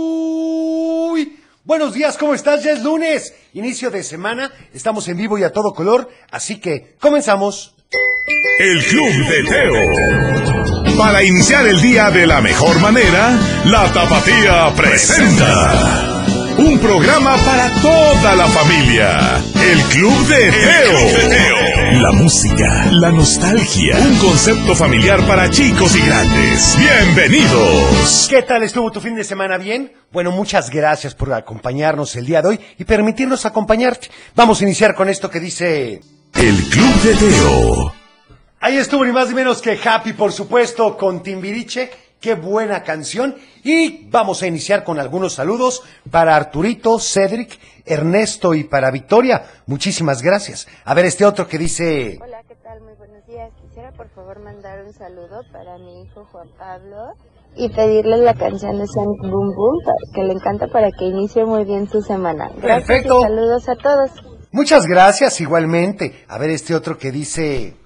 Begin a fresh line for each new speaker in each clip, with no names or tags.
Muy buenos días, ¿cómo estás? Ya es lunes, inicio de semana, estamos en vivo y a todo color, así que comenzamos.
El Club de Teo. Para iniciar el día de la mejor manera, la Tapatía presenta un programa para toda la familia. El Club de Teo. La música, la nostalgia, un concepto familiar para chicos y grandes. Bienvenidos.
¿Qué tal estuvo tu fin de semana? ¿Bien? Bueno, muchas gracias por acompañarnos el día de hoy y permitirnos acompañarte. Vamos a iniciar con esto que dice...
El Club de Teo.
Ahí estuvo ni más ni menos que Happy, por supuesto, con Timbiriche. Qué buena canción. Y vamos a iniciar con algunos saludos para Arturito, Cedric, Ernesto y para Victoria. Muchísimas gracias. A ver este otro que dice...
Hola, ¿qué tal? Muy buenos días. Quisiera por favor mandar un saludo para mi hijo Juan Pablo y pedirle la canción de San Boom Boom pa- que le encanta para que inicie muy bien su semana. Gracias
Perfecto.
y saludos a todos.
Muchas gracias igualmente. A ver este otro que dice...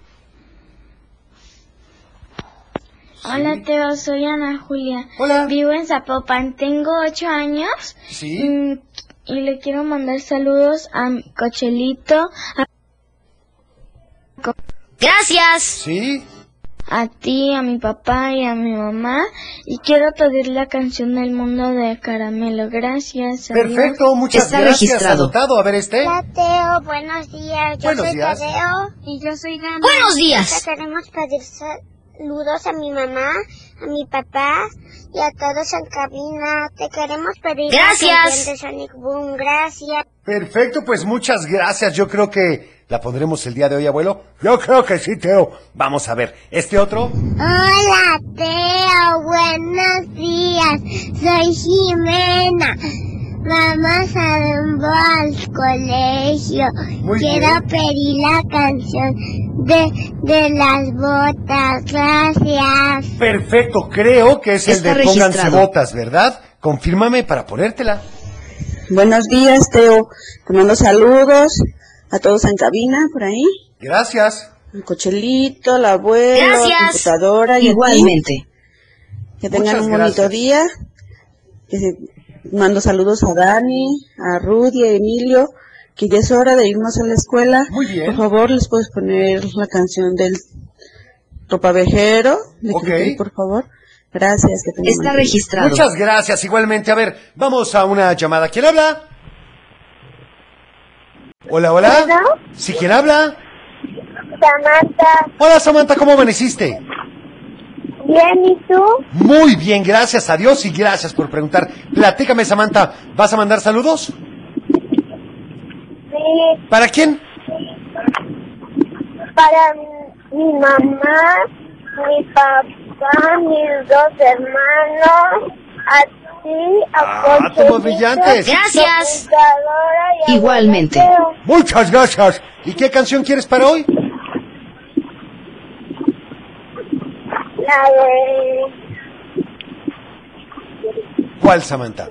Hola Teo, soy Ana Julia.
Hola.
Vivo en Zapopan, tengo ocho años
Sí.
mm, y le quiero mandar saludos a mi cochelito, a,
Gracias.
Sí.
a ti, a mi papá y a mi mamá y quiero pedir la canción del mundo de caramelo. Gracias. adiós.
Perfecto, muchas
Está
gracias.
registrado.
Anotado. A ver este.
Teo, buenos días.
Yo Buenos soy días. Tadeo.
y yo soy Gama.
Buenos días.
Queremos pedir saludos a mi mamá, a mi papá y a todos en cabina. Te queremos pedir
la Gracias. canción de
Sonic Boom. Gracias.
Perfecto, pues muchas gracias. Yo creo que la pondremos el día de hoy, abuelo. Yo creo que sí, Teo. Vamos a ver. Este otro.
Hola, Teo. Buenos días. Soy Jimena. Vamos al al colegio.
Muy
Quiero
bien.
pedir la canción de, de las botas. Gracias.
Perfecto, creo que es el
Está
de pónganse
registrado.
botas, ¿verdad? Confírmame para ponértela.
Buenos días, Teo. Te mando saludos a todos en cabina, por ahí.
Gracias.
El cochelito, la abuela, la
Gracias.
computadora y a ti.
Igualmente.
Que tengan
Muchas
un bonito
gracias.
día. Eh, Mando saludos a Dani, a Rudy, a Emilio, que ya es hora de irnos a la escuela.
Muy bien.
Por favor, les puedes poner la canción del ropavejero. De
Ok.
Cricri, por favor. Gracias. Que tengan
Está
buen día.
registrado.
Muchas gracias, igualmente. A ver, vamos a una llamada. ¿Quién habla? Hola, hola. ¿Sí quién habla?
Samantha,
Hola, Samantha, ¿cómo amaneciste?
bien, ¿y tú?
Muy bien, gracias a Dios y gracias por preguntar. Platícame, Samantha, ¿vas a mandar saludos?
Sí,
¿Para quién?
para mi mamá, mi papá, mis dos hermanos, a ti,
Ah, Ponchito, todos brillantes.
Gracias. Igualmente.
Muchas gracias. ¿Y qué canción quieres para hoy?
La de
¿Cuál, Samantha?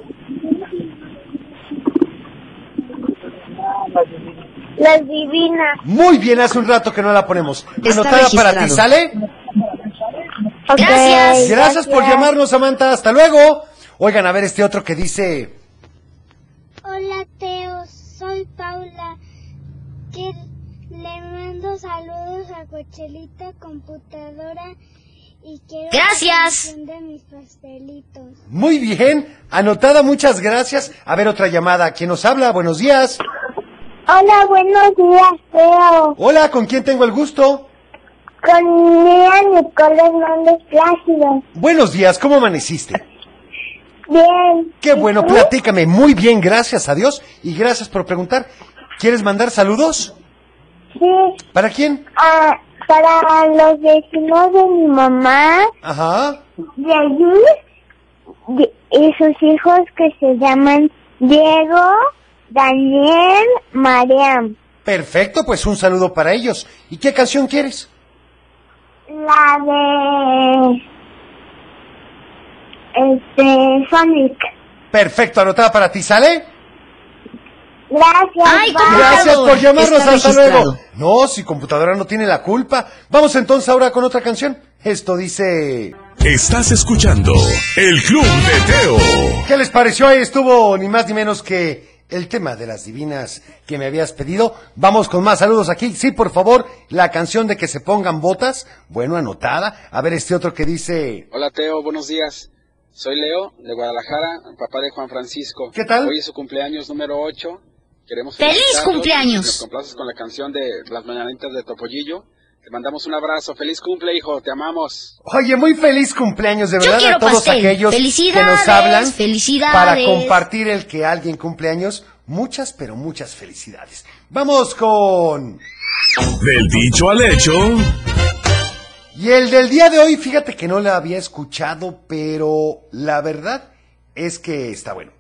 las divinas.
Muy bien, hace un rato que no la ponemos.
Está
Anotada para ti,
registrado.
¿sale?
Gracias.
Gracias por llamarnos, Samantha. Hasta luego. Oigan, a ver este otro que dice...
Hola Teo, soy Paula. Que le mando saludos a Cochelito Computadora y quiero la
Gracias.
canción de mis pastelitos.
Muy bien, anotada, muchas gracias. A ver otra llamada. ¿Quién nos habla? Buenos días.
Hola, buenos días Teo.
Hola, ¿con quién tengo el gusto?
Con Mía Nicolás Méndez Plácido.
Buenos días, ¿cómo amaneciste?
Bien.
Qué bueno, platícame. Muy bien, gracias a Dios y gracias por preguntar. ¿Quieres mandar saludos?
Sí,
¿Para quién?
ah, para los vecinos de mi mamá,
Ajá.
de allí, de- y sus hijos que se llaman Diego, Daniel, Mariam.
Perfecto, pues un saludo para ellos. ¿Y qué canción quieres?
La de... Este, Sonic.
Perfecto, anotada para ti, ¿sale?
Gracias.
Ay, ¿cómo
bye.
Gracias por llamarnos,
Está
hasta
registrado.
luego. No, si computadora no tiene la culpa. Vamos entonces ahora con otra canción. Esto dice...
Estás escuchando El Club de Teo.
¿Qué les pareció? Ahí estuvo ni más ni menos que el tema de las divinas que me habías pedido. Vamos con más saludos aquí. Sí, por favor, la canción de que se pongan botas. Bueno, anotada. A ver este otro que dice...
Hola Teo, buenos días. Soy Leo, de Guadalajara, el papá de Juan Francisco.
¿Qué tal?
Hoy es su cumpleaños número 8. Queremos
¡Feliz
felicitarlos.
cumpleaños!
Nos complaces con la canción de Las Mañanitas de Topollillo. Te mandamos un abrazo. ¡Feliz cumple, hijo! ¡Te amamos!
Oye, muy feliz cumpleaños de
Yo
verdad
quiero
a todos
pastel.
aquellos que nos
Felicidades,
hablan
felicidades.
para compartir el que alguien cumpleaños. Muchas, pero muchas felicidades. Vamos con...
Del dicho al hecho,
Y el del día de hoy, fíjate que no la había escuchado, pero la verdad es que está bueno.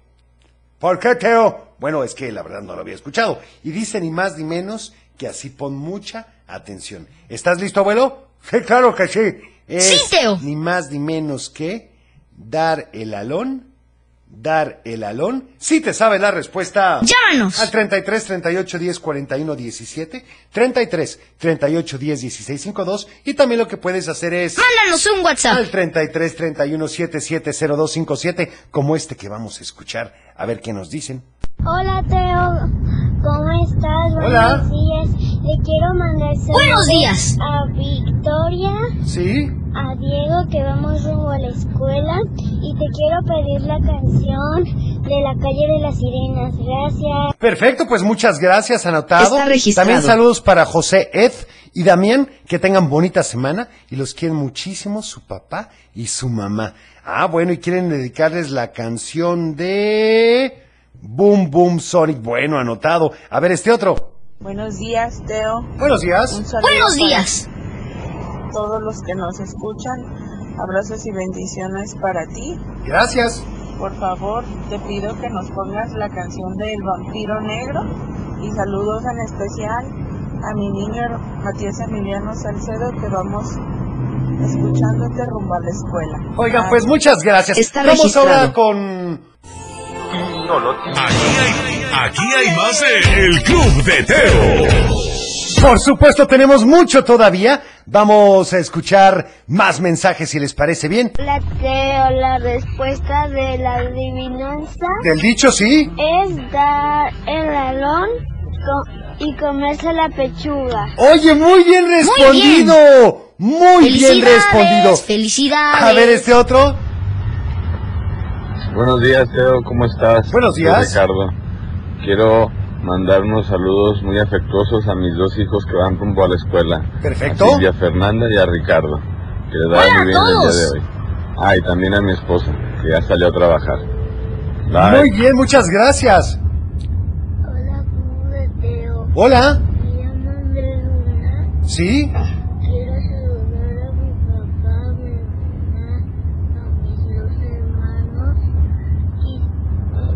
¿Por qué, Teo? Bueno, es que la verdad no lo había escuchado. Y dice ni más ni menos que así pon mucha atención. ¿Estás listo, abuelo? Sí, claro que sí. Es
Sí, Teo.
Ni más ni menos que dar el alón, dar el alón. Sí te sabes la respuesta.
Llámanos.
Al 33 38 10 41 17, 33 38 10 16 52 y también lo que puedes hacer es
Mándanos un WhatsApp.
al 33 31 77 02 57 como este que vamos a escuchar, a ver qué nos dicen.
Hola Teo, ¿cómo estás?
Hola.
Buenos días. Le quiero mandar saludos
Buenos días.
a Victoria,
¿Sí?
a Diego que vamos rumbo a la escuela y te quiero pedir la canción de la calle de las sirenas. Gracias.
Perfecto, pues muchas gracias, anotado.
Está registrado.
También saludos para José Ed y Damián, que tengan bonita semana y los quieren muchísimo su papá y su mamá. Ah, bueno, y quieren dedicarles la canción de Boom Boom Sonic. Bueno, anotado. A ver, este otro.
Buenos días, Teo.
Buenos días.
Un saludo
Buenos
para
días.
todos los que nos escuchan. Abrazos y bendiciones para ti.
Gracias.
Por favor, te pido que nos pongas la canción del vampiro negro y saludos en especial a mi niño Matías Emiliano Salcedo que vamos escuchándote rumbo a la escuela.
Oigan, pues muchas gracias.
Está
Vamos
registrado.
ahora con
aquí hay, aquí hay más de El Club de Teo.
Por supuesto, tenemos mucho todavía. Vamos a escuchar más mensajes si les parece bien.
Hola Teo, la respuesta de la adivinanza
Del dicho, sí.
es dar el alón co- y comerse la pechuga.
Oye, muy bien respondido. Muy bien,
Felicidades,
respondido.
Felicidades.
A ver este otro.
Buenos días, Teo, ¿cómo estás?
Buenos días.
Soy Ricardo. Quiero mandar unos saludos muy afectuosos a mis dos hijos que van rumbo a la escuela.
Perfecto.
A Silvia Fernanda y a Ricardo, que les
Hola
va
a
muy bien el día
todos.
de hoy. Ah, y también a mi esposa, que ya salió a trabajar. Bye.
Muy bien, muchas gracias.
Hola, Teo.
Hola.
Me llamo Andrés Luna.
Sí.
Quiero saludar a mi papá, a mi mamá, a mis dos hermanos y eh,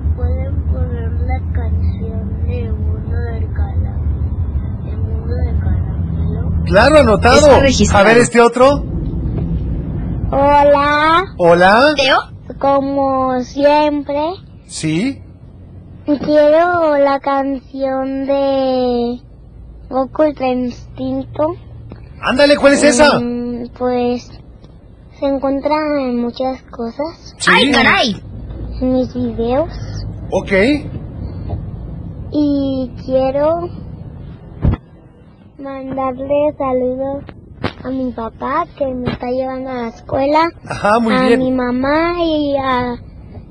me pueden poner la canción de Mundo del Calamelo. El Mundo del Calamelo.
Claro, anotado.
Está
A
registrado.
ver este otro.
Hola,
Hola.
Teo.
como siempre,
Sí.
quiero la canción de Goku el Instinto.
Ándale, ¿cuál es esa?
Mm, Pues se encuentran en muchas cosas,
Sí.
Ay, caray.
en mis videos.
Ok.
Y quiero mandarle saludos a mi papá que me está llevando a la escuela,
Ajá, muy
a mi
bien.
mamá y a,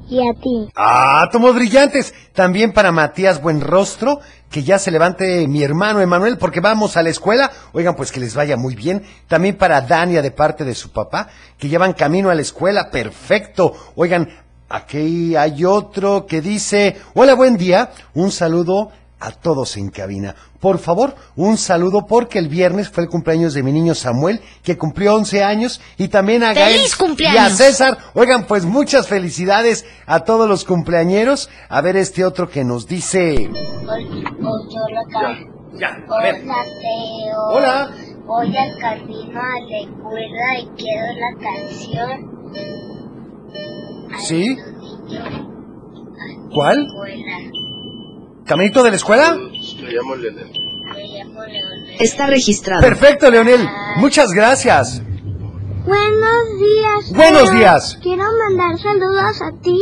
y a ti.
Ah, tomos brillantes. También para Matías Buenrostro, que ya se levante mi hermano Emanuel, porque vamos a la escuela. Oigan, pues que les vaya muy bien. También para Dania de parte de su papá, que llevan camino a la escuela. Perfecto. Oigan, aquí hay otro que dice, hola, buen día. Un saludo a todos en cabina. Por favor, un saludo porque el viernes fue el cumpleaños de mi niño Samuel, que cumplió 11 años, y también a Gael
¡Feliz
y a
cumpleaños!
César. Oigan, pues muchas felicidades a todos los cumpleañeros. A ver este otro que nos dice. Ya, a ver.
Teo.
Hola.
Voy al camino a la escuela y quiero la canción
¿Sí? ¿Cuál? ¿Caminito de la escuela?
Está registrado.
Perfecto, Leonel. Muchas gracias.
Buenos días.
Buenos
Quiero-
días.
Quiero mandar saludos a ti,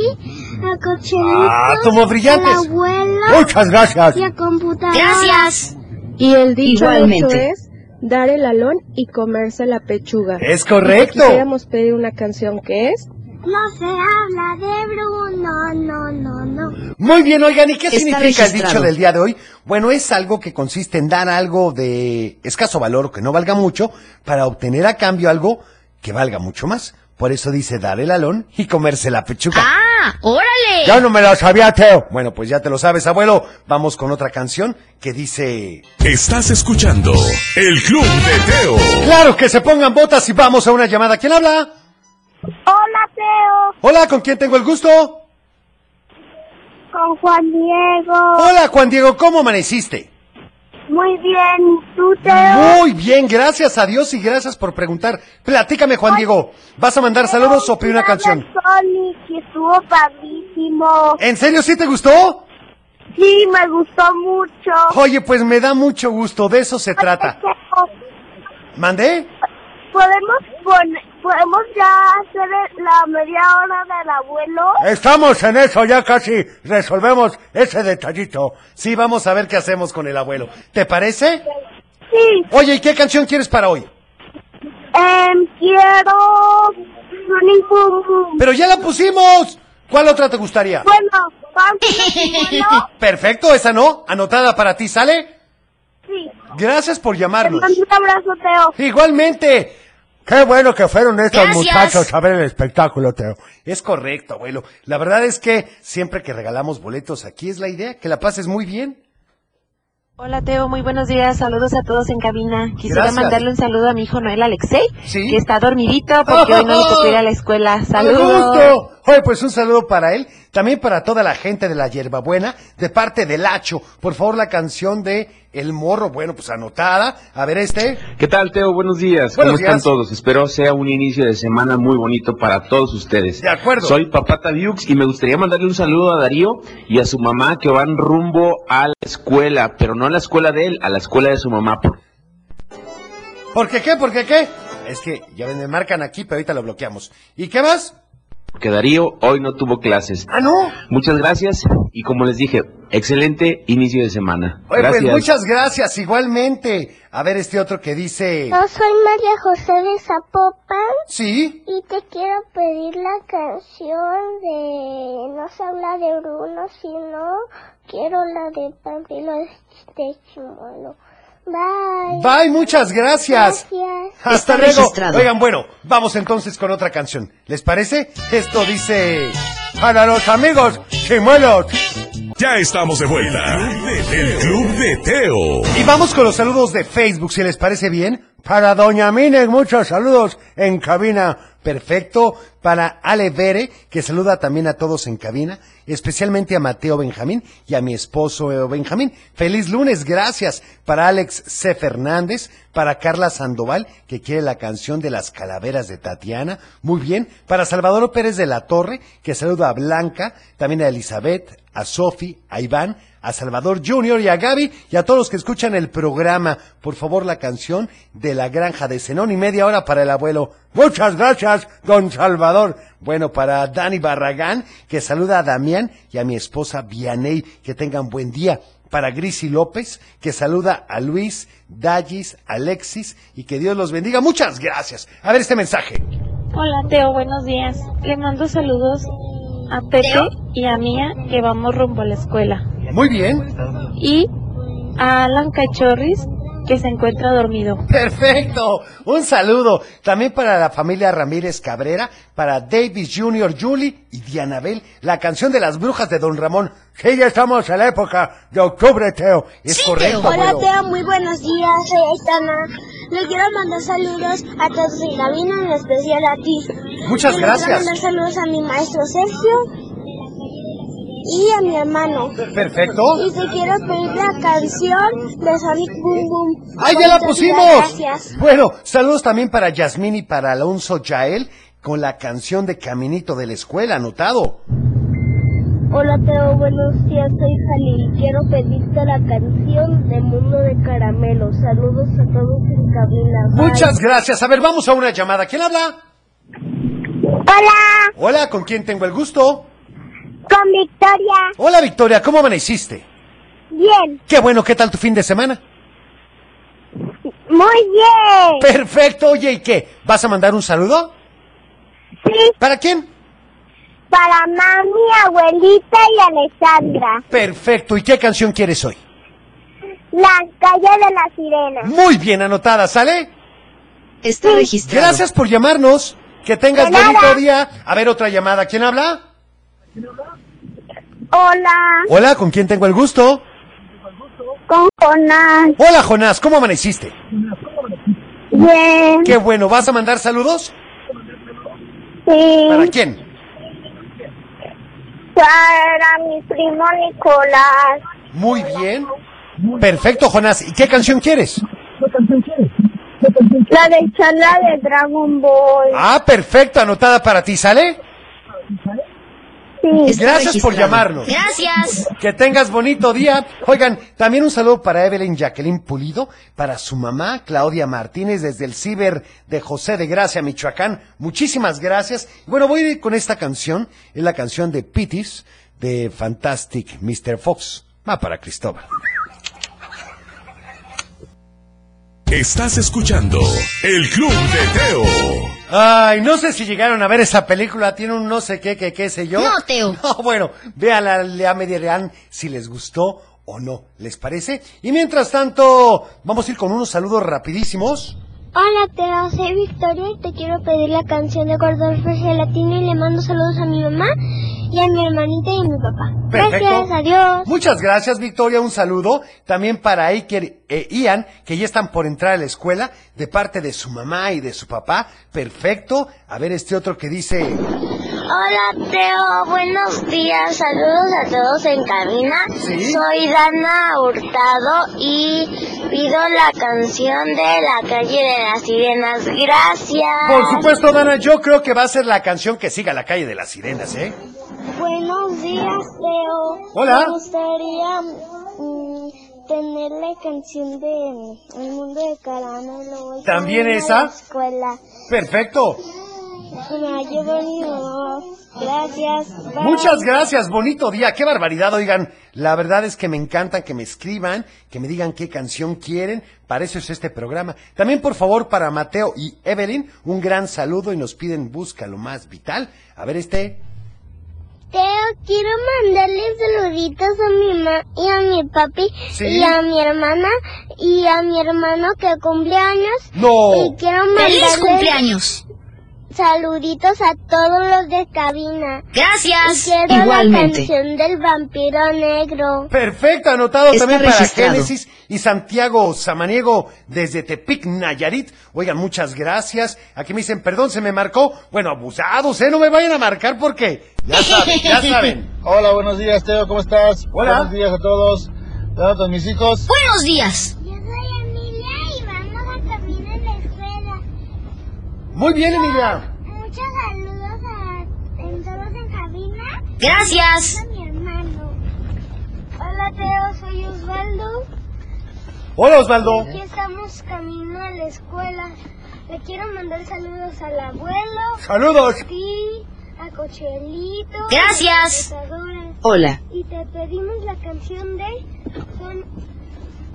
a Cochelito,
Ah, tomo brillantes.
a la abuela
Muchas gracias.
y a computadora.
Gracias.
Y el dicho
Igualmente.
hecho es dar el alón y comerse la pechuga.
Es correcto.
Quisiéramos pedir una canción que es
No se habla de Bruno, no, no, no.
Muy bien, oigan, ¿y qué
Está
significa el dicho
registrado.
del día de hoy? Bueno, es algo que consiste en dar algo de escaso valor, que no valga mucho, para obtener a cambio algo que valga mucho más. Por eso dice dar el alón y comerse la pechuga.
Ah, órale.
Ya no me lo sabía, Teo. Bueno, pues ya te lo sabes, abuelo. Vamos con otra canción que dice...
Estás escuchando El Club de Teo.
Claro, que se pongan botas y vamos a una llamada. ¿Quién habla?
Hola, Teo,
Hola, ¿con quién tengo el gusto?
con Juan Diego.
Hola, Juan Diego, ¿cómo amaneciste?
Muy bien, ¿y tú, Teo?
Muy bien, gracias a Dios y gracias por preguntar. Platícame, Juan Diego. ¿Vas a mandar saludos o pedir una canción?
Sonic, que estuvo padrísimo.
¿En serio sí te gustó?
Sí, me gustó mucho.
Oye, pues me da mucho gusto, de eso se trata.
Oye, Teo,
¿Mandé?
Podemos poner, podemos ya hacer la media hora del abuelo.
Estamos en eso, ya casi resolvemos ese detallito. Sí, vamos a ver qué hacemos con el abuelo. ¿Te parece?
Sí,
Oye, ¿y qué canción quieres para hoy?
em, quiero Sonic Boom Boom.
Pero ya la pusimos. ¿Cuál otra te gustaría?
Bueno, vamos a
Perfecto, esa no. Anotada para ti, ¿sale?
Sí,
Gracias por
te
llamarnos.
mando un abrazo, Teo.
Igualmente. Qué bueno que fueron estos
Gracias.
muchachos a ver el espectáculo, Teo. Es correcto, abuelo. La verdad es que siempre que regalamos boletos aquí es la idea, que la pases muy bien.
Hola Teo, muy buenos días. Saludos a todos en cabina. Quisiera
Gracias.
mandarle un saludo a mi hijo Noel Alexei,
Sí.
que está dormidito porque hoy no le tocó ir a la escuela.
¡Qué
Saludos.
gusto! Oye, pues un saludo para él, también para toda la gente de la Hierbabuena, de parte de Lacho. Por favor, la canción de El Morro, bueno, pues anotada. A ver este.
¿Qué tal, Teo? Buenos días.
Buenos
¿Cómo están
días.
todos? Espero sea un inicio de semana muy bonito para todos ustedes.
De acuerdo.
Soy Papata Viux y me gustaría mandarle un saludo a Darío y a su mamá que van rumbo a la escuela, pero no a la escuela de él, a la escuela de su mamá. por-
¿Por qué qué? ¿Por qué qué? Es que ya me marcan aquí, pero ahorita lo bloqueamos. ¿Y qué más?
Porque Darío hoy no tuvo clases.
Ah, no.
Muchas gracias y como les dije, excelente inicio de semana.
Oye,
gracias.
pues muchas gracias, igualmente. A ver este otro que dice...
Yo soy María José de Zapopan
Sí.
y te quiero pedir la canción de No se habla de Bruno, sino quiero la de Pampilo de Chimolo. Bye.
Bye, muchas gracias.
Gracias.
Hasta
Está
luego.
registrado.
Oigan, bueno, vamos entonces con otra canción. ¿Les parece? Esto dice... Para los amigos chimuelos.
Ya estamos de vuelta. El Club de Teo.
Y vamos con los saludos de Facebook, si les parece bien. Para Doña Mines, muchos saludos en cabina. Perfecto. Para Ale Vere, que saluda también a todos en cabina, especialmente a Mateo Benjamín y a mi esposo eh, Benjamín. Feliz lunes, gracias. Para Alex C. Fernández, para Carla Sandoval, que quiere la canción de las calaveras de Tatiana. Muy bien. Para Salvador Pérez de la Torre, que saluda a Blanca, también a Elizabeth, a Sofi, a Iván, a Salvador Junior y a Gaby y a todos los que escuchan el programa. Por favor, la canción de La Granja de Zenón y media hora para el abuelo. Muchas gracias, don Salvador. Bueno, para Dani Barragán, que saluda a Damián y a mi esposa Vianey, que tengan buen día. Para Grisi López, que saluda a Luis, Dallis, Alexis y que Dios los bendiga. Muchas gracias. A ver este mensaje.
Hola Teo, buenos días. Le mando saludos a Pepe y a Mía que vamos rumbo a la escuela.
Muy bien.
Y a Alan Cachorris que se encuentra dormido.
Perfecto. Un saludo también para la familia Ramírez Cabrera, para Davis Jr., Julie y Dianabel. La canción de las brujas de Don Ramón. Sí, ya estamos en la época de octubre, Teo. Es correcto,
Hola
abuelo.
Teo, muy buenos días, soy Aitana. Le quiero mandar saludos a todos en cabina, en especial a ti.
Muchas
Y Le
gracias.
quiero mandar saludos a mi maestro Sergio y a mi hermano.
Perfecto.
Y te quiero pedir la canción de Sonic Boom Boom.
¡Ay, ya la
Bonito día,
pusimos!
Gracias.
Bueno, saludos también para Yasmín y para Alonso Yael con la canción de Caminito de la Escuela, anotado.
Hola Teo, buenos días, soy Jalil. Quiero pedirte la canción de Mundo de Caramelo. Saludos a todos en cabina. Bye.
Muchas gracias. A ver, vamos a una llamada. ¿Quién habla?
Hola,
Hola, ¿con quién tengo el gusto?
con Victoria.
Hola, Victoria, ¿cómo amaneciste?
Bien,
Qué bueno, ¿qué tal tu fin de semana?
muy bien.
Perfecto, oye, ¿y qué? ¿Vas a mandar un saludo?
Sí,
¿Para quién?
para mami, abuelita y Alexandra.
Perfecto, ¿y qué canción quieres hoy?
La calle de la sirena.
Muy bien anotada, ¿sale?
Está registrado.
Gracias por llamarnos. Que tengas
De nada.
bonito día. A ver, otra llamada. ¿Quién habla?
Hola,
Hola, ¿con quién tengo el gusto?
con Jonás.
Hola, Jonás, ¿cómo amaneciste?
Bien,
Qué bueno, ¿vas a mandar saludos?
sí.
¿Para quién?
Para mi primo Nicolás.
Muy bien. Perfecto, Jonás. ¿Y qué canción quieres?
La de charla de Dragon Ball.
Ah, perfecto, anotada para ti, ¿sale?
Sí.
Está
Gracias por
registrado.
llamarnos.
Gracias.
Que tengas bonito día. Oigan, también un saludo para Evelyn Jacqueline Pulido, para su mamá Claudia Martínez desde el Ciber de José de Gracia, Michoacán. Muchísimas gracias. Y Bueno, voy a ir con esta canción. Es la canción de Pitis de Fantastic Mr. Fox. Va para Cristóbal.
Estás escuchando El Club de Teo.
Ay, no sé si llegaron a ver esa película, tiene un no sé qué, que qué sé yo.
No, Teo.
No, bueno, véanla, ya me dirán si les gustó o no, ¿les parece? Y mientras tanto, vamos a ir con unos saludos rapidísimos.
Hola, Teo, soy Victoria y te quiero pedir la canción de Gordolfo Gelatino y le mando saludos a mi mamá y a mi hermanita y a mi papá. Gracias, adiós.
Muchas gracias, Victoria. Un saludo también para Iker e Ian, que ya están por entrar a la escuela, de parte de su mamá y de su papá. Perfecto. A ver este otro que dice...
Hola, Teo, buenos días, saludos a todos en cabina.
Sí.
Soy Dana Hurtado y pido la canción de La calle de las sirenas. Gracias.
Por supuesto, Dana, yo creo que va a ser la canción que siga la calle de las sirenas, ¿eh?
Buenos días, Teo.
Hola.
Me gustaría mm, tener la canción de mm, El mundo de Caramelo. Voy
¿También
camino a
esa?
la escuela.
Perfecto.
Me la llevo a mi mamá. Gracias. Bye.
Muchas gracias, bonito día, qué barbaridad, oigan, la verdad es que me encanta que me escriban, que me digan qué canción quieren, para eso es este programa. También por favor para Mateo y Evelyn, un gran saludo y nos piden busca lo más vital. A ver este,
Teo, quiero mandarle saluditos a mi mamá y a mi papi
Sí.
y a mi hermana y a mi hermano que cumple años.
no,
Y quiero
Oh, Feliz
mandarle
cumpleaños.
saluditos a todos los de cabina. Y
Gracias.
quiero la
Igualmente.
canción del vampiro negro.
perfecto, anotado
Está
también para
registrado.
Génesis y Santiago Samaniego desde Tepic, Nayarit. Oigan, muchas gracias. Aquí me dicen, perdón, se me marcó. Bueno, abusados, ¿eh? No me vayan a marcar porque, ya saben, ya saben.
Hola, buenos días, Teo, ¿cómo estás?
Hola.
Buenos días a todos. Saludos a mis hijos.
Buenos días.
Yo soy Emilia y vamos a caminar en la escuela.
Muy bien, Emilia.
Muchos saludos a todos en cabina.
Gracias.
mi hermano. Hola Teo, soy Osvaldo.
Hola, Osvaldo.
Aquí estamos camino a la escuela. Le quiero mandar saludos al abuelo,
Saludos.
a ti, a Cochelito.
Gracias.
a la profesora.
Hola.
Y te pedimos la canción de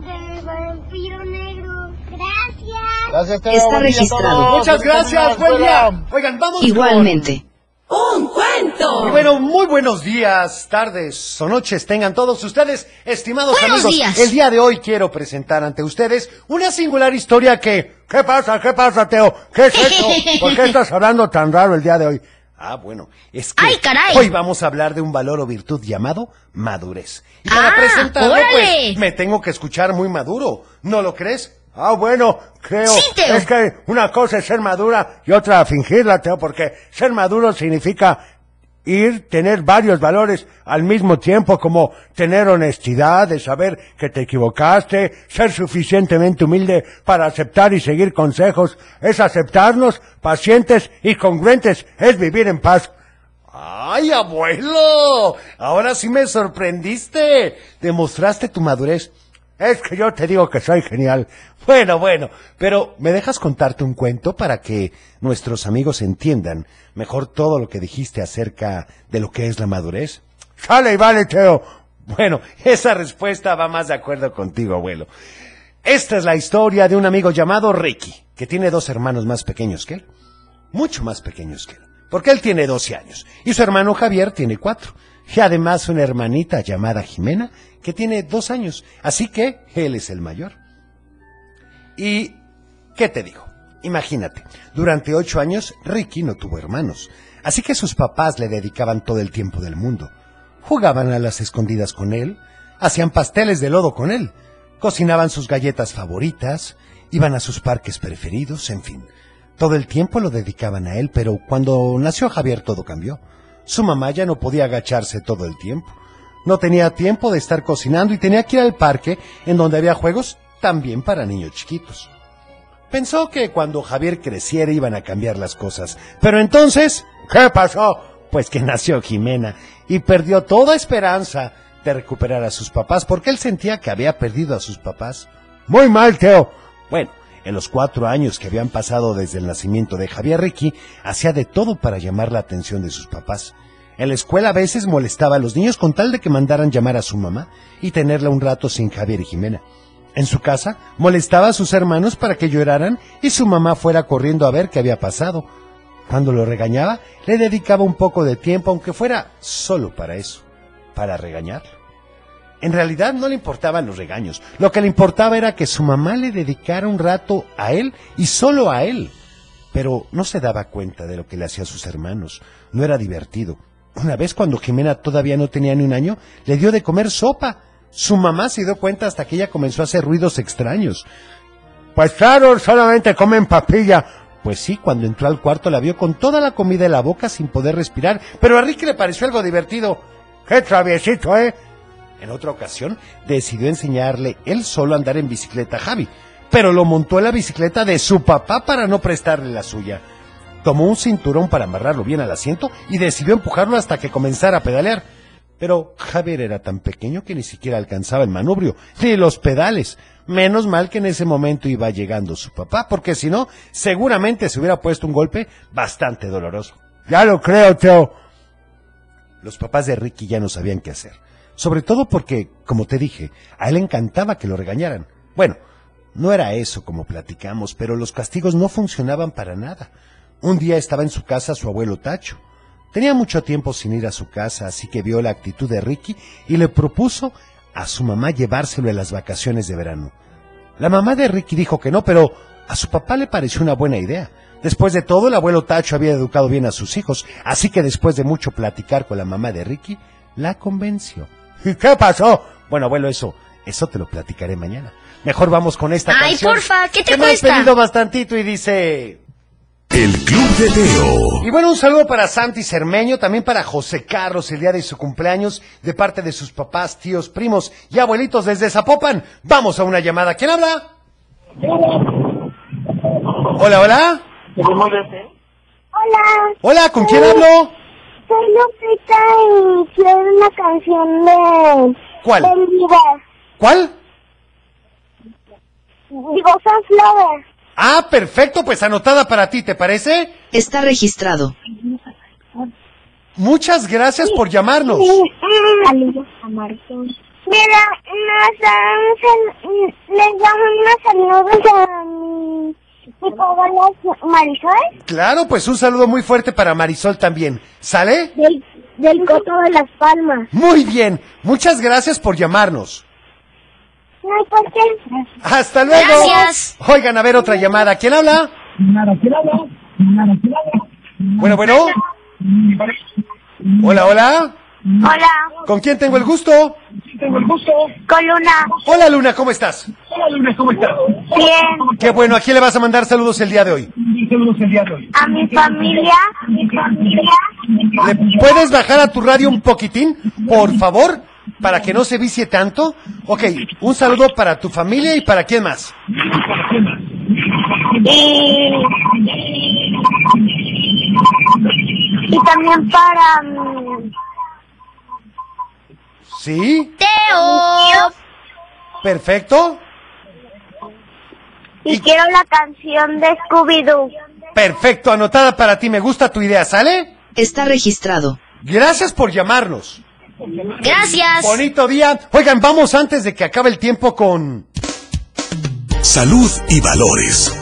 de Vampiro Negro. Gracias.
Gracias, Teo.
Está
buen día a
registrado.
todos.
Muchas
Feliz
gracias,
camino a
buen
la escuela.
día. Oigan, vamos.
Igualmente.
con- Bueno, muy buenos días, tardes o noches tengan todos ustedes, estimados
Buenos
amigos.
días.
El día de hoy quiero presentar ante ustedes una singular historia que. ¿Qué pasa? ¿Qué pasa, Teo? ¿Qué es eso? ¿Por qué estás hablando tan raro el día de hoy? Ah, bueno, es que
¡Ay, caray!
hoy vamos a hablar de un valor o virtud llamado madurez. Y para
Ah,
presentarlo,
órale.
pues, me tengo que escuchar muy maduro, ¿no lo crees? Ah, bueno, creo.
Sí, Teo.
Es que una cosa es ser madura y otra fingirla, Teo, porque ser maduro significa ir, tener varios valores al mismo tiempo, como tener honestidad, de saber que te equivocaste, ser suficientemente humilde para aceptar y seguir consejos, es aceptarnos, pacientes y congruentes, es vivir en paz. ¡Ay, abuelo! Ahora sí me sorprendiste. Demostraste tu madurez. Es que yo te digo que soy genial. Bueno, bueno, pero ¿me dejas contarte un cuento para que nuestros amigos entiendan mejor todo lo que dijiste acerca de lo que es la madurez? ¡Sale y vale, Teo! Bueno, esa respuesta va más de acuerdo contigo, abuelo. Esta es la historia de un amigo llamado Ricky, que tiene dos hermanos más pequeños que él. Mucho más pequeños que él. Porque él tiene 12 años y su hermano Javier tiene 4. Y además una hermanita llamada Jimena que tiene 2 años. Así que él es el mayor. Y, ¿qué te digo? Imagínate, durante ocho años Ricky no tuvo hermanos, así que sus papás le dedicaban todo el tiempo del mundo. Jugaban a las escondidas con él, hacían pasteles de lodo con él, cocinaban sus galletas favoritas, iban a sus parques preferidos, en fin. Todo el tiempo lo dedicaban a él, pero cuando nació Javier todo cambió. Su mamá ya no podía agacharse todo el tiempo. No tenía tiempo de estar cocinando y tenía que ir al parque, en donde había juegos también para niños chiquitos. Pensó que cuando Javier creciera iban a cambiar las cosas. Pero entonces, ¿qué pasó? Pues que nació Jimena y perdió toda esperanza de recuperar a sus papás porque él sentía que había perdido a sus papás. Muy mal, Teo. Bueno, en los cuatro años que habían pasado desde el nacimiento de Javier Ricky, hacía de todo para llamar la atención de sus papás. En la escuela a veces molestaba a los niños con tal de que mandaran llamar a su mamá y tenerla un rato sin Javier y Jimena. En su casa, molestaba a sus hermanos para que lloraran y su mamá fuera corriendo a ver qué había pasado. Cuando lo regañaba, le dedicaba un poco de tiempo, aunque fuera solo para eso, para regañarlo. En realidad no le importaban los regaños, lo que le importaba era que su mamá le dedicara un rato a él y solo a él. Pero no se daba cuenta de lo que le hacía a sus hermanos, no era divertido. Una vez cuando Jimena todavía no tenía ni un año, le dio de comer sopa. Su mamá se dio cuenta hasta que ella comenzó a hacer ruidos extraños. Pues claro, solamente comen papilla. Pues sí, cuando entró al cuarto la vio con toda la comida en la boca sin poder respirar, pero a Ricky le pareció algo divertido. ¡Qué traviesito, eh! En otra ocasión, decidió enseñarle él solo a andar en bicicleta a Javi, pero lo montó en la bicicleta de su papá para no prestarle la suya. Tomó un cinturón para amarrarlo bien al asiento y decidió empujarlo hasta que comenzara a pedalear. Pero Javier era tan pequeño que ni siquiera alcanzaba el manubrio, ni los pedales. Menos mal que en ese momento iba llegando su papá, porque si no, seguramente se hubiera puesto un golpe bastante doloroso. Ya lo creo, Teo. Los papás de Ricky ya no sabían qué hacer. Sobre todo porque, como te dije, a él le encantaba que lo regañaran. Bueno, no era eso como platicamos, pero los castigos no funcionaban para nada. Un día estaba en su casa su abuelo Tacho. Tenía mucho tiempo sin ir a su casa, así que vio la actitud de Ricky y le propuso a su mamá llevárselo en las vacaciones de verano. La mamá de Ricky dijo que no, pero a su papá le pareció una buena idea. Después de todo, el abuelo Tacho había educado bien a sus hijos, así que después de mucho platicar con la mamá de Ricky, la convenció. ¿Y qué pasó? Bueno, abuelo, eso, eso te lo platicaré mañana. Mejor vamos con esta
Ay,
canción.
porfa, ¿qué te
que me has
cuesta?
pedido bastantito y dice...
El Club de Teo.
Y bueno, un saludo para Santi Cermeño, también para José Carlos el día de su cumpleaños, de parte de sus papás, tíos, primos y abuelitos desde Zapopan. Vamos a una llamada. ¿Quién habla? Hola, hola.
Hola,
Hola, ¿con quién hablo?
soy Lupita y quiero una canción de...
¿Cuál?
del Divo.
¿Cuál?
Digo, Sunflower.
Ah, perfecto, pues anotada para ti, ¿te parece?
Está registrado.
Muchas gracias por llamarnos.
Saludos a Martín. Mira, nos dan sal- les damos unos saludos a mi, mi cobola Marisol.
Claro, pues un saludo muy fuerte para Marisol también. ¿Sale?
Del, del Coto de las Palmas.
Muy bien, muchas gracias por llamarnos.
No hay por qué.
Hasta luego.
Gracias.
Oigan, a ver otra llamada. ¿Quién habla? Bueno, bueno. Hola, hola.
Hola,
¿Con quién tengo el gusto?
Coluna.
Hola, Luna, ¿cómo estás?
Bien.
Qué bueno, ¿a quién le vas a mandar saludos el día de hoy?
A mi familia. Mi familia.
¿Le puedes bajar a tu radio un poquitín, por favor, para que no se vicie tanto? Ok, un saludo para tu familia y para quién más.
Y...
Y también para mm,
¿Sí?
Teo.
¿Perfecto?
Y quiero la canción de Scooby-Doo.
Perfecto, anotada para ti. Me gusta tu idea, ¿sale?
Está registrado.
Gracias por llamarnos.
Gracias.
Bonito día. Oigan, vamos antes de que acabe el tiempo con...
Salud y valores.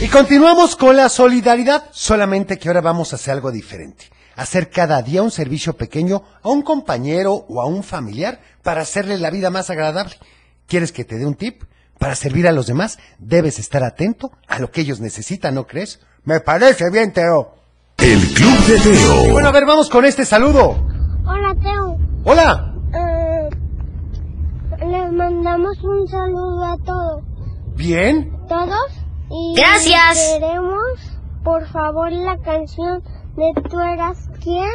Y continuamos con la solidaridad, solamente que ahora vamos a hacer algo diferente. Hacer cada día un servicio pequeño a un compañero o a un familiar para hacerle la vida más agradable. ¿Quieres que te dé un tip? Para servir a los demás debes estar atento a lo que ellos necesitan, ¿no crees? Me parece bien, Teo.
El Club de
Y
Teo.
bueno, a ver, vamos con este saludo.
Hola, Teo.
Hola.
Eh, les mandamos un saludo a todos.
Bien.
Todos. Y
Gracias.
Queremos, por favor, la canción de Tú eras quién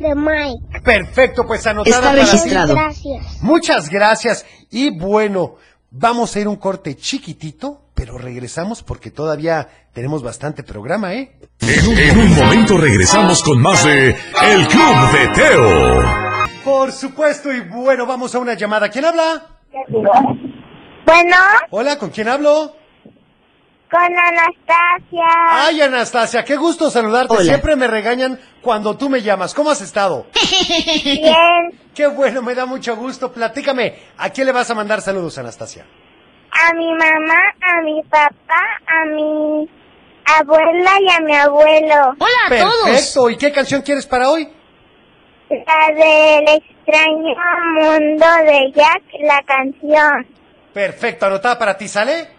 de Mike.
Perfecto, pues anotada
Está
para ti.
registrado.
Gracias.
Muchas gracias. Y bueno, vamos a ir a un corte chiquitito, pero regresamos porque todavía tenemos bastante programa, ¿eh?
En un, en un momento regresamos con más de El Club de Teo.
Por supuesto, y bueno, vamos a una llamada. ¿Quién habla?
Bueno,
Hola, ¿con quién hablo?
con Anastasia.
Ay, Anastasia, qué gusto saludarte.
Hola.
Siempre me regañan cuando tú me llamas. ¿Cómo has estado?
Bien.
Qué bueno, me da mucho gusto. Platícame, ¿a quién le vas a mandar saludos, Anastasia?
A mi mamá, a mi papá, a mi abuela y a mi abuelo.
Hola a todos.
Perfecto, ¿y qué canción quieres para hoy?
La del extraño mundo de Jack, la canción.
Perfecto, anotada para ti, ¿sale?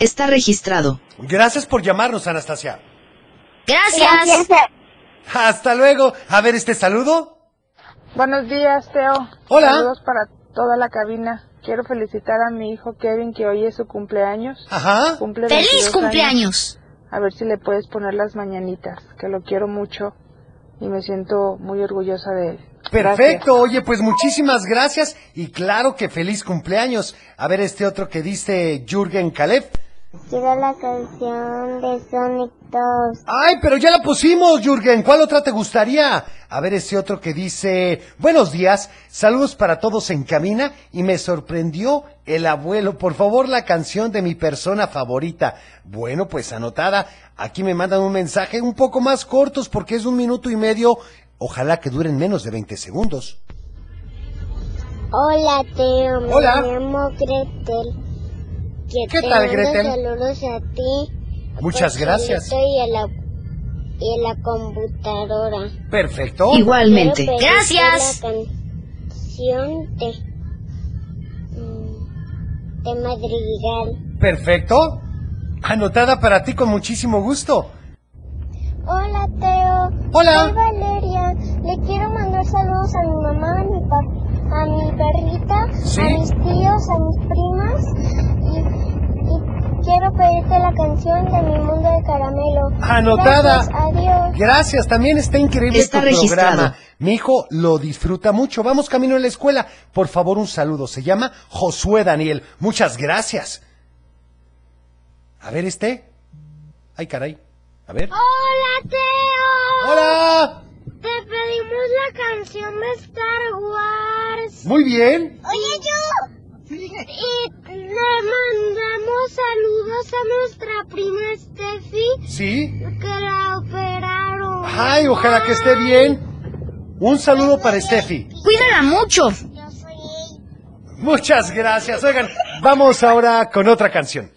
Está registrado.
Gracias por llamarnos, Anastasia.
Gracias.
Hasta luego. A ver este saludo.
Buenos días, Teo.
Hola.
Saludos para toda la cabina. Quiero felicitar a mi hijo Kevin que hoy es su cumpleaños.
Ajá.
Cumple 22
Feliz
años.
cumpleaños.
A ver si le puedes poner las mañanitas, que lo quiero mucho y me siento muy orgullosa de él. Gracias.
Perfecto, oye, pues muchísimas gracias y claro que feliz cumpleaños. A ver este otro que dice Jürgen Caleb.
Quiero la canción de Sonic 2.
Ay, pero ya la pusimos, Jürgen. ¿Cuál otra te gustaría? A ver este otro que dice, buenos días, saludos para todos en camina y me sorprendió el abuelo. Por favor, la canción de mi persona favorita. Bueno, pues anotada. Aquí me mandan un mensaje un poco más cortos porque es un minuto y medio. Ojalá que duren menos de 20 segundos.
Hola, Teo. Me
Hola.
llamo Gretel. Que
¿Qué
te
tal,
mando
Gretel?
Saludos a ti.
Muchas
Pastelito
gracias.
Y a la, y a la computadora.
Perfecto.
Igualmente.
Quiero pedirte
Gracias.
La canción de, mm, de Madrigal.
Perfecto. Anotada para ti con muchísimo gusto.
Hola, Teo.
Hola.
Soy Valeria. Le quiero mandar saludos a mi mamá, a mi papá. A mi perrita,
Sí.
a mis tíos, a mis primas y, y quiero pedirte la canción de Mi Mundo de Caramelo.
Anotada.
Gracias, adiós.
Gracias, también está increíble
Está
tu
registrado.
programa. Mi hijo lo disfruta mucho. Vamos camino a la escuela. Por favor, un saludo. Se llama Josué Daniel. Muchas gracias. A ver este. Ay, caray. A ver.
Hola, Teo.
Hola.
Te pedimos la canción de Star Wars.
Muy bien.
Oye, yo. Y le mandamos saludos a nuestra prima Steffi
Sí.
que la operaron.
Ay, ojalá que esté bien. Un saludo para Steffi.
Cuídala mucho.
Yo soy
Muchas gracias. Oigan, vamos ahora con otra canción.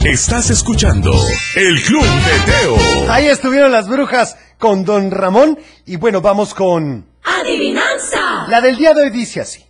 Estás escuchando El Club de Teo.
Ahí estuvieron las brujas con Don Ramón y bueno, vamos con... ¡Adivinanza! La del día de hoy dice así.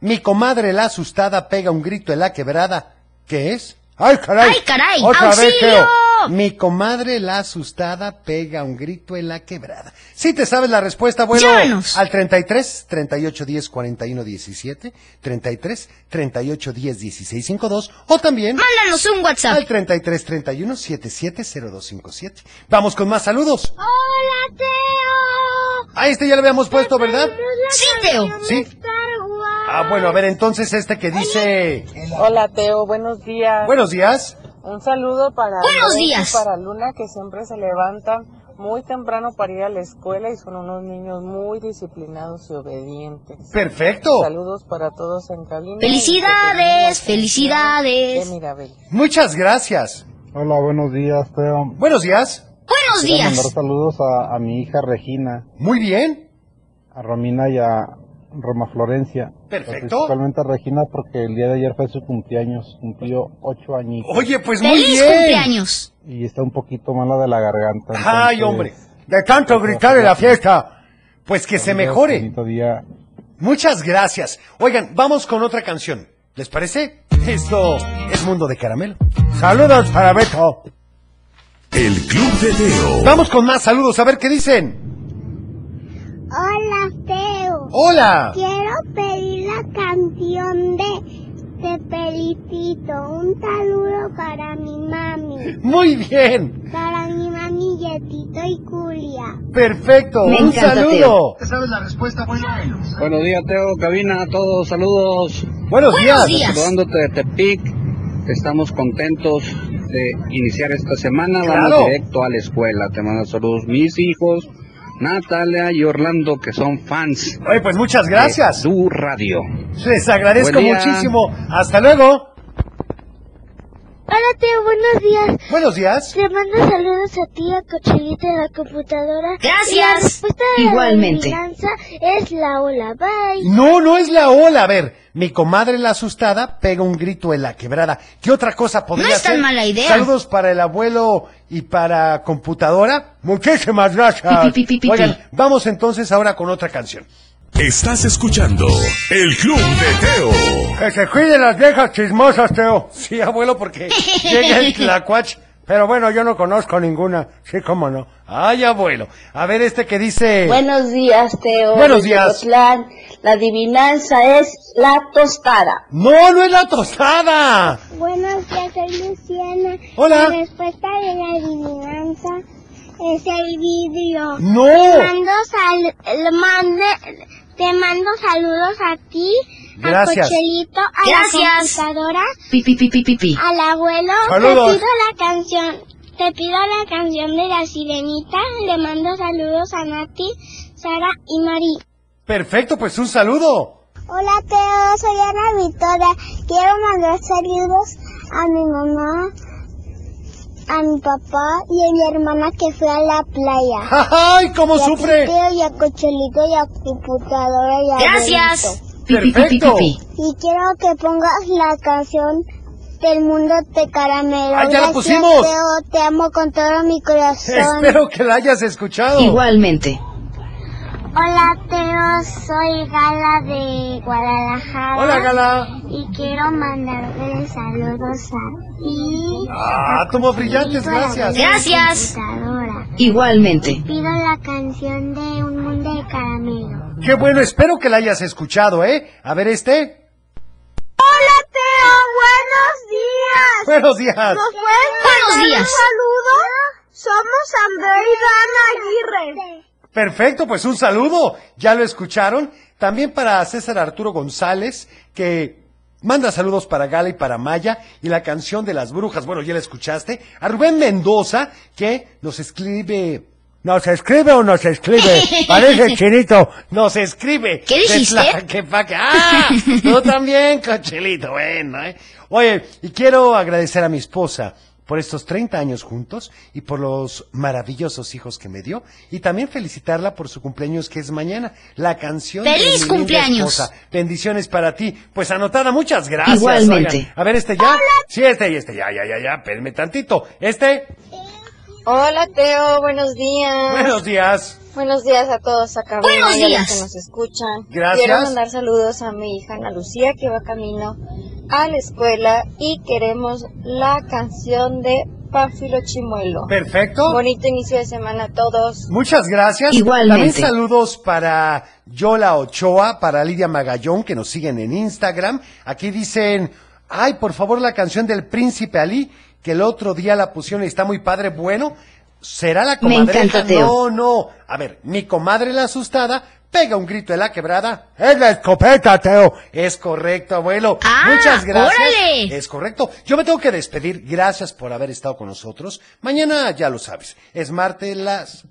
Mi comadre la asustada pega un grito en la quebrada. ¿Qué es? ¡Ay, caray!
¡Ay, caray!
Otra vez,
¡Auxilio!
Teo. Mi comadre la asustada pega un grito en la quebrada. Si te sabes la respuesta, bueno,
Llámanos.
al 33 38 10 41 17, 33 38 10 16 52 o también
Mándanos un
al
WhatsApp.
33 31 77 0257. Vamos con más saludos.
¡Hola, Teo!
A este ya lo habíamos puesto, ¿verdad?
Sí, Teo.
Sí.
Star Wars.
Ah, bueno, a ver, entonces este que dice.
Hola, Teo. Buenos días.
Buenos días.
Un saludo para
Buenos
Lorenzo y
días.
para Luna que siempre se levanta muy temprano para ir a la escuela y son unos niños muy disciplinados y obedientes.
Perfecto.
Saludos para todos en cabina.
Felicidades, felicidades.
De Mirabel.
Muchas gracias.
Hola, buenos días, Teo.
Buenos días.
Buenos
Quiero
días.
mandar saludos a, a mi hija Regina.
Muy bien.
A Romina y a Roma Florencia.
Perfecto.
Principalmente a Regina porque el día de ayer fue su cumpleaños, cumplió ocho añitos.
Oye, pues muy
¡Feliz
bien.
cumpleaños!
Y está un poquito mala de la garganta.
Ay,
entonces,
hombre. De tanto gritar en la fiesta. Pues que se mejore.
bonito día.
Muchas gracias. Oigan, vamos con otra canción. ¿Les parece? Esto es Mundo de Caramelo. Saludos para Beto.
El Club de Teo.
Vamos con más saludos a ver qué dicen.
Hola, Teo.
Hola.
Quiero pedir la canción de Te felicito. Un saludo para mi mami.
Muy bien.
Para mi mami Yetito y Culia.
Perfecto.
Me
Un
encanta,
saludo.
¿Sabes la respuesta, bueno?
Buenos días, Teo, cabina, a todos, saludos.
Buenos,
Buenos
días.
días.
Saludándote de Tepic, estamos contentos de iniciar esta semana.
Claro.
Vamos directo a la escuela. Te mando saludos mis hijos, Natalia y Orlando, que son fans. de
Oye, pues muchas gracias.
tu radio.
Les agradezco
Buen día.
muchísimo. Hasta luego.
Hola, Teo. Buenos días.
Buenos días.
Te mando saludos a ti, a Cochelita de la computadora.
Gracias.
La respuesta de
Igualmente.
La adivinanza es la ola. Bye.
No, no es la ola. A ver, mi comadre la asustada pega un grito en la quebrada. ¿Qué otra cosa podría
No es tan
ser?
mala idea.
Saludos para el abuelo y para computadora. Muchísimas gracias.
Pi, pi, pi, pi,
Oigan,
pi.
vamos entonces ahora con otra canción.
Estás escuchando El Club de Teo.
Que se cuiden las viejas chismosas, Teo. Sí, abuelo, porque llega el tlacuach. Pero bueno, yo no conozco ninguna. Sí, cómo no. Ay, abuelo. A ver este que dice...
Buenos días, Teo.
Buenos días.
La adivinanza es la tostada.
No, no es la tostada.
Buenos días, soy Luciana.
Hola.
La respuesta de la adivinanza es el vidrio.
No.
Te mando, sal- le mande- te mando saludos a ti,
Gracias.
a Cochelito, a
Gracias.
la computadora,
Pi, pi, pi, pi, pi, pi.
al abuelo.
Saludos.
Te pido la canción. Te pido la canción de la sirenita. Le mando saludos a Nati, Sara y Mari.
Perfecto, pues un saludo.
Hola Teo, soy Ana Victoria. Quiero mandar saludos a mi mamá, a mi papá y a mi hermana que fue a la playa.
¡Ay, cómo
Y a ti,
sufre!
Teo y a Cocholito y a computadora y a
Gracias.
Benito.
Pi, pi, pi, pi, pi, pi.
Y quiero que pongas la canción del mundo de caramelo.
Ah, ya la
Gracias,
pusimos.
Teo, te amo con todo mi corazón.
Espero que la hayas escuchado.
Igualmente.
Hola Teo, soy Gala de Guadalajara.
Hola, Gala.
Y quiero mandarle saludos a ti.
Ah, tomó brillantes, gracias.
Gracias.
Computadora.
Igualmente.
Pido la canción de Un Mundo de Caramelo.
Qué bueno, espero que la hayas escuchado, ¿eh? A ver este.
Hola Teo, buenos días.
Buenos días.
Buenos mandar un días.
saludo? Somos Amber y Aguirre.
Perfecto, pues un saludo. Ya lo escucharon. También para César Arturo González, que manda saludos para Gala y para Maya y la canción de las brujas. Bueno, ya la escuchaste. A Rubén Mendoza, que nos escribe. ¿Nos escribe o nos escribe? Parece chinito. Nos escribe.
¿Qué
De
dijiste?
Tlaquepaque. ¡Ah! Tú también, cochelito. Bueno, ¿eh? Oye, y quiero agradecer a mi esposa por estos 30 años juntos y por los maravillosos hijos que me dio. Y también felicitarla por su cumpleaños que es mañana. La canción. de
¡Feliz
mi linda
cumpleaños!
esposa. Bendiciones para ti. Pues anotada, muchas gracias.
Igualmente.
oigan. A ver, este ya. Sí, este y este. Ya, ya, ya, ya. Espérenme tantito. Este.
Hola, Teo. Buenos días.
Buenos días.
Buenos días a todos acá
Buenos
y a
días.
los que nos escuchan.
Gracias.
Quiero mandar saludos a mi hija Ana Lucía que va camino a la escuela y queremos la canción de Pánfilo Chimuelo.
Perfecto.
Bonito inicio de semana a todos.
Muchas gracias.
Igualmente.
También saludos para Yola Ochoa, para Lidia Magallón, que nos siguen en Instagram. Aquí dicen, ay, por favor, la canción del príncipe Ali, que el otro día la pusieron y está muy padre. Bueno, será la
Me
comadreja.
encanta, Teo.
No, no. A ver, mi comadre la asustada. Pega un grito de la quebrada. Es la escopeta, Teo. Es correcto, abuelo.
Ah,
Muchas gracias.
órale.
Es correcto. Yo me tengo que despedir. Gracias por haber estado con nosotros. Mañana ya lo sabes. Es martes las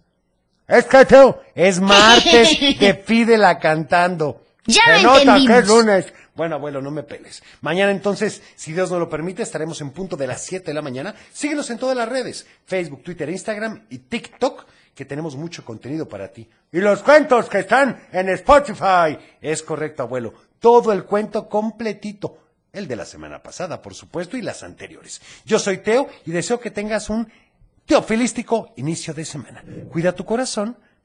Es que Teo, es martes, te pídela cantando.
Ya
Se
lo
nota
entendimos.
que es lunes. Bueno, abuelo, no me peles. Mañana entonces, si Dios nos lo permite, estaremos en punto de las 7 de la mañana. Síguenos en todas las redes, Facebook, Twitter, Instagram y TikTok, que tenemos mucho contenido para ti. Y los cuentos que están en Spotify. Es correcto, abuelo. Todo el cuento completito. El de la semana pasada, por supuesto, y las anteriores. Yo soy Teo y deseo que tengas un teofilístico inicio de semana. Cuida tu corazón,